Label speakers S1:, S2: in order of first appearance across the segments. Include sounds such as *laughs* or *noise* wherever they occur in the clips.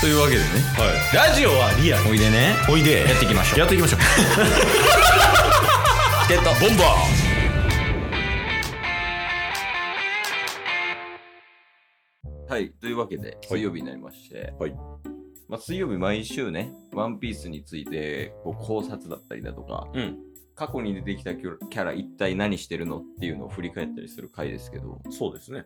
S1: というわけでね
S2: ラジオはリアル
S1: おいでね
S2: おいで
S1: やっていきましょう
S2: やってい
S1: *laughs*
S2: きましょう
S1: チケットボンバーはい。というわけで、水曜日になりまして、
S2: はい
S1: まあ、水曜日毎週ね、ワンピースについてこう考察だったりだとか、
S2: うん
S1: 過去に出てきたキャキャラ一体何してるのっていうのを振り返ったりする回ですけど、
S2: そうですね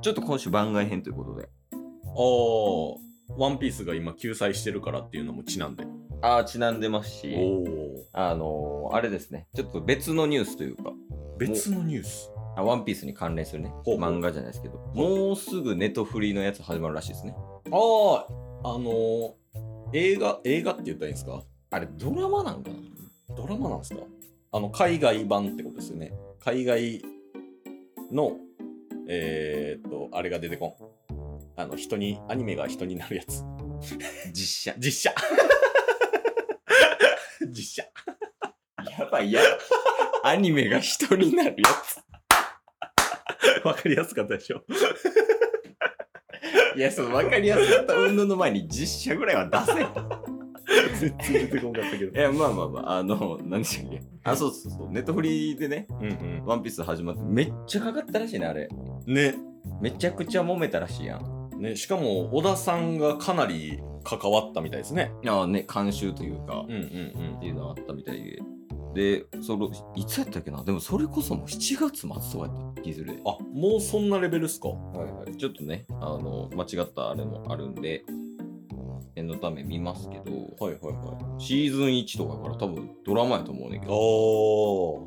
S1: ちょっと今週番外編ということで、
S2: あーワンピースが今救済してるからっていうのもちなんで
S1: ああ、ちなんでますし、
S2: お
S1: あのーあれですね、ちょっと別のニュースというか、
S2: 別のニュース
S1: あワンピースに関連するね、
S2: ほうほう
S1: 漫画じゃないですけど、もうすぐネットフリーのやつ始まるらしいですね。
S2: あああのー、映画映画って言ったらいいんですか
S1: あれ、ドラマなんかな
S2: ドラマなんですかあの海外版ってことですよね海外のえー、っとあれが出てこんあの人にアニメが人になるやつ
S1: 実写。
S2: 実 *laughs* 写実写
S1: やばいやばい。アニメが人になるや
S2: わかりやすかったでしょ
S1: つ。いや、その分かりやすかった運動の前に実写ぐらいは出せ。い
S2: 全然出てこなかったけど *laughs*
S1: や、まあまあまあ、あの、何でしたっけ。あ、そうそうそう、ネットフリーでね、
S2: うんうん
S1: ワンピース始まって、めっちゃかかったらしいね、あれ。
S2: ね
S1: めちゃくちゃ揉めたらしいやん。
S2: ねしかも小田さんがかなり関わったみたいですね
S1: ああね、監修というか、
S2: うんうんうん
S1: っていうのがあったみたいで。で、その、いつやったっけなでもそれこそもう7月末とかやった気するで。
S2: あもうそんなレベルっすか
S1: はいはい、ちょっとね、あの、間違ったあれもあるんで、念のため見ますけど、
S2: はいはいはい
S1: シーズン1とかから多分ドラマやと思うねんけど。
S2: おー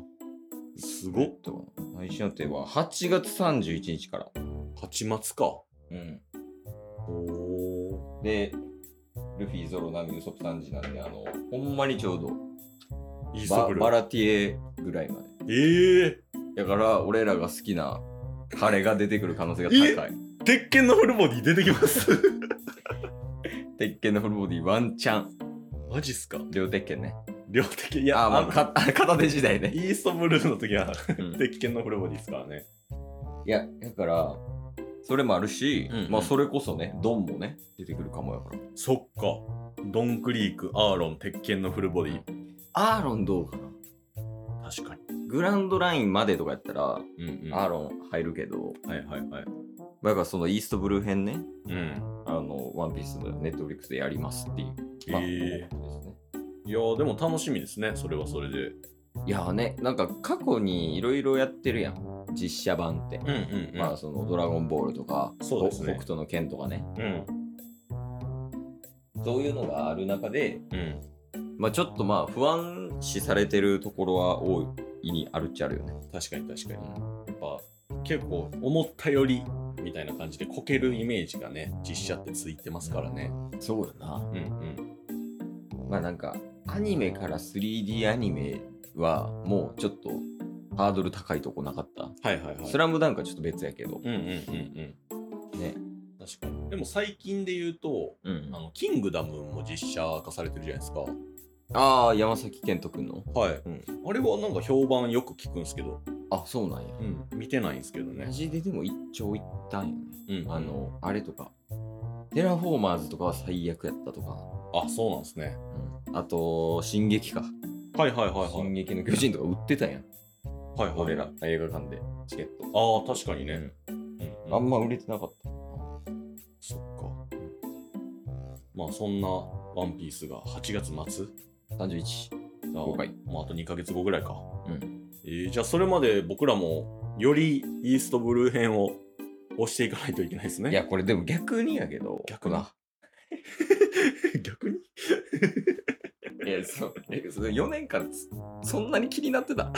S2: すごっ
S1: と配信予定は8月31日から。
S2: 八松か
S1: うん。
S2: おお
S1: で、ルフィ、ゾロ、ナミ、ウソップ3時なんで、あの、ほんまにちょうど
S2: いい
S1: バ
S2: 速
S1: バ
S2: 度
S1: ラティエぐらいまで。
S2: ええ
S1: だから、俺らが好きな彼が出てくる可能性が高い。
S2: 鉄拳のフルボディ出てきます
S1: 鉄拳のフルボディワンチャン。
S2: *laughs* マジっすか
S1: 両鉄拳ね。
S2: 両手剣いや
S1: あー、まあ
S2: の
S1: か、 *laughs* 片手時代ね。
S2: イーストブルーの時は
S1: うん
S2: 鉄拳のフルボディですからね
S1: いや、だから、それもあるし、
S2: うんうん
S1: まあ、それこそね、ドンもね、出てくるかもやから。
S2: そっかドンクリークアーロン鉄拳のフルボディ
S1: アーロンどうかな
S2: 確かに
S1: グランドラインまでとかやったら、
S2: うんうん
S1: アーロン入るけど、
S2: はいはいはい
S1: だからそのイーストブルー編ね、
S2: うん
S1: あの、ワンピースのネットフリックスでやりますっていう。まあ
S2: え
S1: ですね。
S2: いやーでも楽しみですねそれはそれで
S1: いやーね、なんか過去にいろいろやってるやん、実写版って。
S2: うんうん
S1: まあ、その、ドラゴンボールとか、
S2: そうですね
S1: 北斗の拳とかね。
S2: うん
S1: そういうのがある中で、
S2: うん
S1: まあ、ちょっとまあ、不安視されてるところは多いにあるっちゃあるよね。
S2: 確かに確かに
S1: うん
S2: やっぱ結構思ったよりみたいな感じでこけるイメージがね実写ってついてますからね
S1: そうよな
S2: う。んうん
S1: まあなんか、アニメから 3D アニメはもうちょっとハードル高いとこなかった。
S2: はいはいはい
S1: スラムダンクはちょっと別やけど。
S2: うんうんうん
S1: ね。
S2: うん確かにでも最近で言うと
S1: うん
S2: あのキングダムも実写化されてるじゃないですか
S1: ああ、山崎賢人くんの。
S2: はい、
S1: うん
S2: あれはなんか評判よく聞くんですけど、
S1: あ、そうなんや。
S2: 見てないんですけどね
S1: マ、ジででも一長一短よね。
S2: うん、
S1: あの、あれとか。テラフォーマーズとかは最悪やったとか。
S2: あそうなんですね
S1: あと、進撃か。
S2: はいはいはい
S1: 進撃の巨人とか売ってたやん。
S2: はいはい
S1: 俺
S2: あ
S1: ら、映画館でチケット。
S2: あ確かにね、うん
S1: あんま売れてなかった。
S2: そっかまあそんな「ワンピースが8月末
S1: 31。
S2: あ
S1: 公開
S2: まあ、あと2ヶ月後ぐらいか、
S1: うん
S2: えーじゃあそれまで僕らもよりイーストブルー編を押していかないといけないですね
S1: いや、これでも逆にやけど。
S2: 逆に
S1: な。
S2: *laughs* 逆に *laughs*
S1: いや、そう。えそれ4年間つ、そんなに気になってた。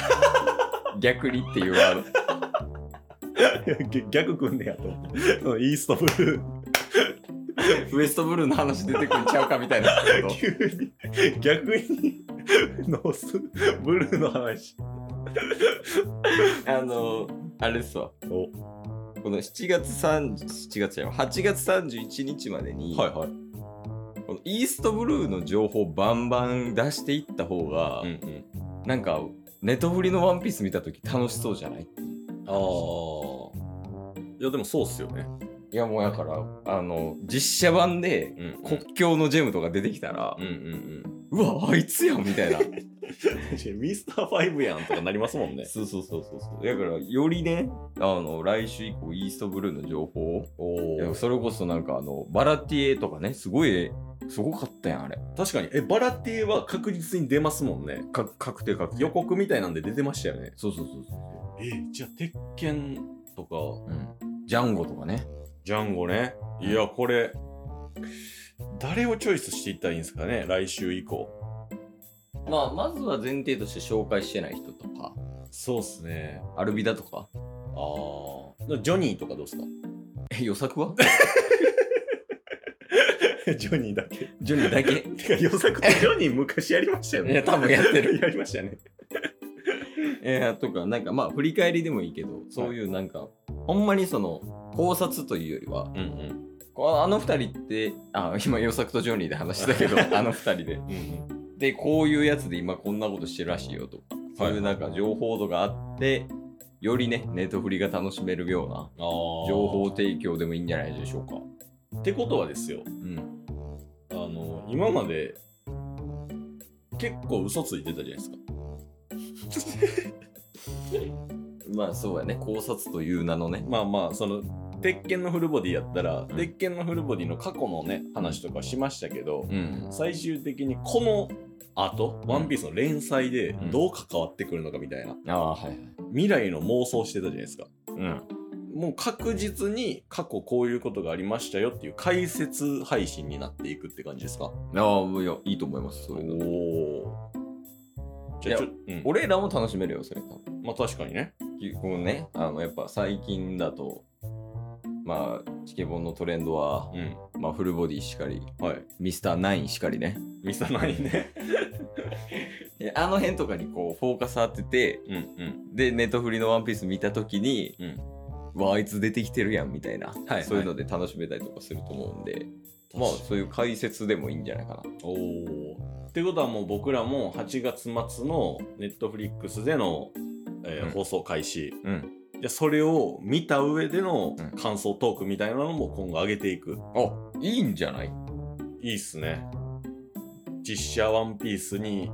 S1: 逆にっていうワード。
S2: 逆組んでやと思って *laughs* イーストブルー
S1: *laughs* ウエストブルーの話出てくるんちゃうかみたい *laughs* なこと。
S2: 急に *laughs* 逆にノースブルーの話
S1: あのあれですわ。
S2: お
S1: この7月3、7月じゃない8月31日までに、
S2: はいはい、
S1: このイーストブルーの情報バンバン出していった方が、
S2: うん、
S1: なんか、ネトフリのワンピース見たとき楽しそうじゃない
S2: ああいやでもそうっすよね
S1: いやもうやからあの実写版で
S2: うんうん
S1: 国境のジェムとか出てきたら
S2: う、ん *laughs* うん
S1: うわあいつやんみたいな
S2: うん。ミスターファイブやんとかなりますも *laughs* ん
S1: *laughs*
S2: ね。
S1: そうそうそうそうそうだからよりねあの来週以降イーストブルーの情報を
S2: お
S1: いやそれこそなんかあのバラティエとかねすごいすごかったやんあれ
S2: 確かに、え、バラティは確実に出ますもんね。
S1: か確定確定
S2: 予告みたいなんで出てましたよね。
S1: そうそうそうそ
S2: え、じゃあ、鉄拳とか、
S1: う、うん、ジャンゴとかね
S2: ジャンゴね。いや、これ、誰をチョイスしていったらいいんですかね、来週以降。
S1: まあまずは前提として紹介してない人とか
S2: そうっすね。
S1: アルビダとか
S2: ああ。ジョニーとかどうっすか
S1: え予測 *laughs* は
S2: *laughs* ジョニーだけ。
S1: ジョニーだけ
S2: てか、予測ってジョニー昔やりましたよね。
S1: いや多分やってる
S2: *laughs* やりましたね。
S1: *laughs* えー、とかなんかまあ振り返りでもいいけどそういうなんか、ほんまにその考察というよりは
S2: うんうん。
S1: こうあの二人ってあ今予測とジョニーで話してたけ *laughs* どあの二人で
S2: うん
S1: でこういうやつで今こんなことしてるらしいよとかそういうなんか情報とかあってよりねネットフリが楽しめるような
S2: ああ。
S1: 情報提供でもいいんじゃないでしょうか
S2: ってことはですよ。
S1: うん
S2: あの今まで結構嘘ついてたじゃないですか。
S1: まあそうやね考察という名のね
S2: *laughs* まあまあその鉄拳のフルボディやったら、
S1: うん
S2: 鉄拳のフルボディの過去のね話とかしましたけど、
S1: うん
S2: 最終的にこの後、ワンピースの連載で
S1: うん
S2: どう関わってくるのかみたいな
S1: ああはいはい
S2: 未来の妄想してたじゃないですか。
S1: うん
S2: もう確実に過去こういうことがありましたよっていう解説配信になっていくって感じですか。
S1: ああいやいいと思いますそれが
S2: お。じゃあちょ、うん、
S1: 俺らも楽しめるよそれ多分
S2: まあ確かにね。
S1: 結構ねあのやっぱ最近だとまあチケボンのトレンドは、
S2: うん。
S1: まあ、フルボディしかり
S2: はい。
S1: ミスターナインしかりね
S2: ミサナイね。
S1: であの辺とかにこうフォーカス当てて
S2: うんうん。
S1: でネットフリの「ワンピース見た時に、
S2: うん
S1: わあいつ出てきてるやんみたいな、
S2: はい
S1: そういうので楽しめたりとかすると思うんで、まあ
S2: まあ、
S1: そういう解説でもいいんじゃないかな
S2: おお。ってことはもう僕らも8月末のネットフリックスでの、えー
S1: うん
S2: 放送開始。
S1: うん
S2: じゃあそれを見た上での
S1: うん
S2: 感想トークみたいなのも今後上げていく。
S1: あいいんじゃない
S2: いいっすね。実写ワンピースに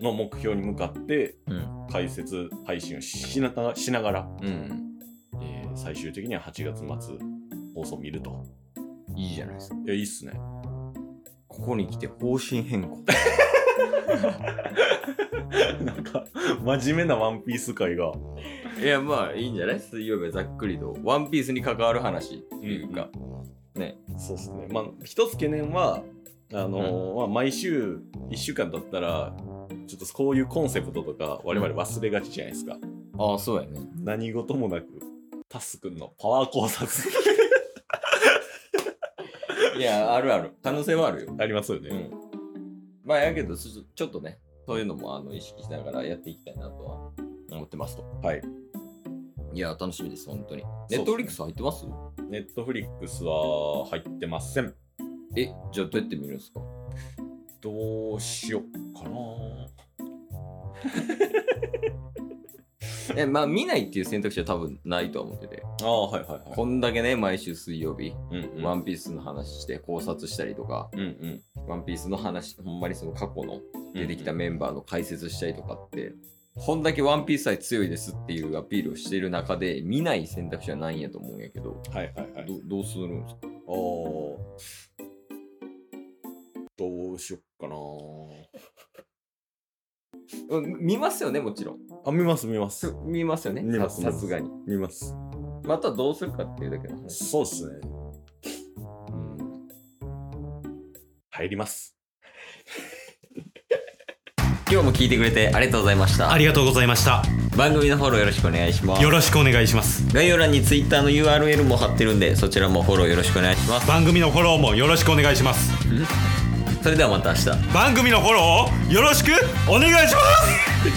S2: の目標に向かって
S1: うん
S2: 解説配信をしながしながら、
S1: うん
S2: えー最終的には8月末放送見ると。
S1: いいじゃないですか
S2: いや、いいっすね。
S1: ここに来て方針変更
S2: *laughs* なんか、真面目なワンピース界が。
S1: *laughs* いやまあいいんじゃない水曜日はざっくりと「ワンピースに関わる話っていうか、ね
S2: そうですね。まあ、一つ懸念は、あのーまあ、毎週1週間だったら、ちょっとこういうコンセプトとか我々忘れがちじゃないですか。
S1: ああそうやね
S2: 何事もなく、タス君のパワー考 *laughs* 察
S1: いやあるある可能性はあるよ
S2: ありますよね。
S1: うんまあやけどちょちょっとねそういうのもあの意識しながらやっていきたいなとは思ってますと
S2: はい。
S1: いや楽しみです本当に
S2: す
S1: ネ
S2: ね
S1: ットフリックス入ってます
S2: ネットフリックスは入ってません。
S1: えじゃあどうやって見るんですか
S2: どうしよっかな
S1: えまあ見ないっていう選択肢は多分ないとは思ってて
S2: ああ、はいはいはい。
S1: こんだけね毎週水曜日
S2: うんうん。
S1: ワンピースの話して考察したりとか
S2: うんうん。
S1: ワンピースの話ほんまにその過去の出てきた
S2: うん
S1: メンバーの解説したりとかって、こんだけワンピース愛強いですっていうアピールをしている中で、見ない選択肢はないんやと思うんやけど、
S2: うん。はいはいはい。
S1: どどうするんですか
S2: おどうしよっかな
S1: うん見ますよね、もちろん。
S2: あ、見ます見ます。
S1: 見ますよね、
S2: 見
S1: さ
S2: ます
S1: さすがに。
S2: 見ます。
S1: またどうするかっていうだけの話。
S2: そうっすね。うん。入ります。
S1: 今日も聞いてくれてありがとうございました
S3: あ。りがとうございました。
S1: 番組のフォローよろしくお願いします
S3: よ。ろしくお願いします。
S1: 概要欄に Twitter の URL も貼ってるんで、そちらもフォローよろしくお願いします。
S3: 番組のフォローもよろしくお願いします。
S1: それではまた明日。
S3: 番組のフォローをよろしくお願いします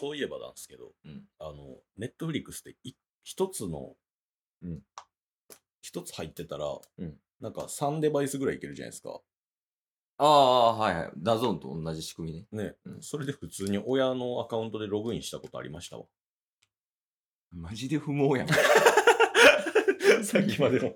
S2: そういえばなんですけど、
S1: うん
S2: あの、ネットフリックスってい一つの
S1: うん、
S2: 一、つ入ってたら、
S1: うん
S2: なんか3デバイスぐらいいけるじゃないですか。
S1: ああ、はいはい。ダゾーンと同じ仕組みね。
S2: ね、
S1: うん
S2: それで普通に親のアカウントでログインしたことありましたわ。
S1: マジで不毛やん。
S2: さっきまでの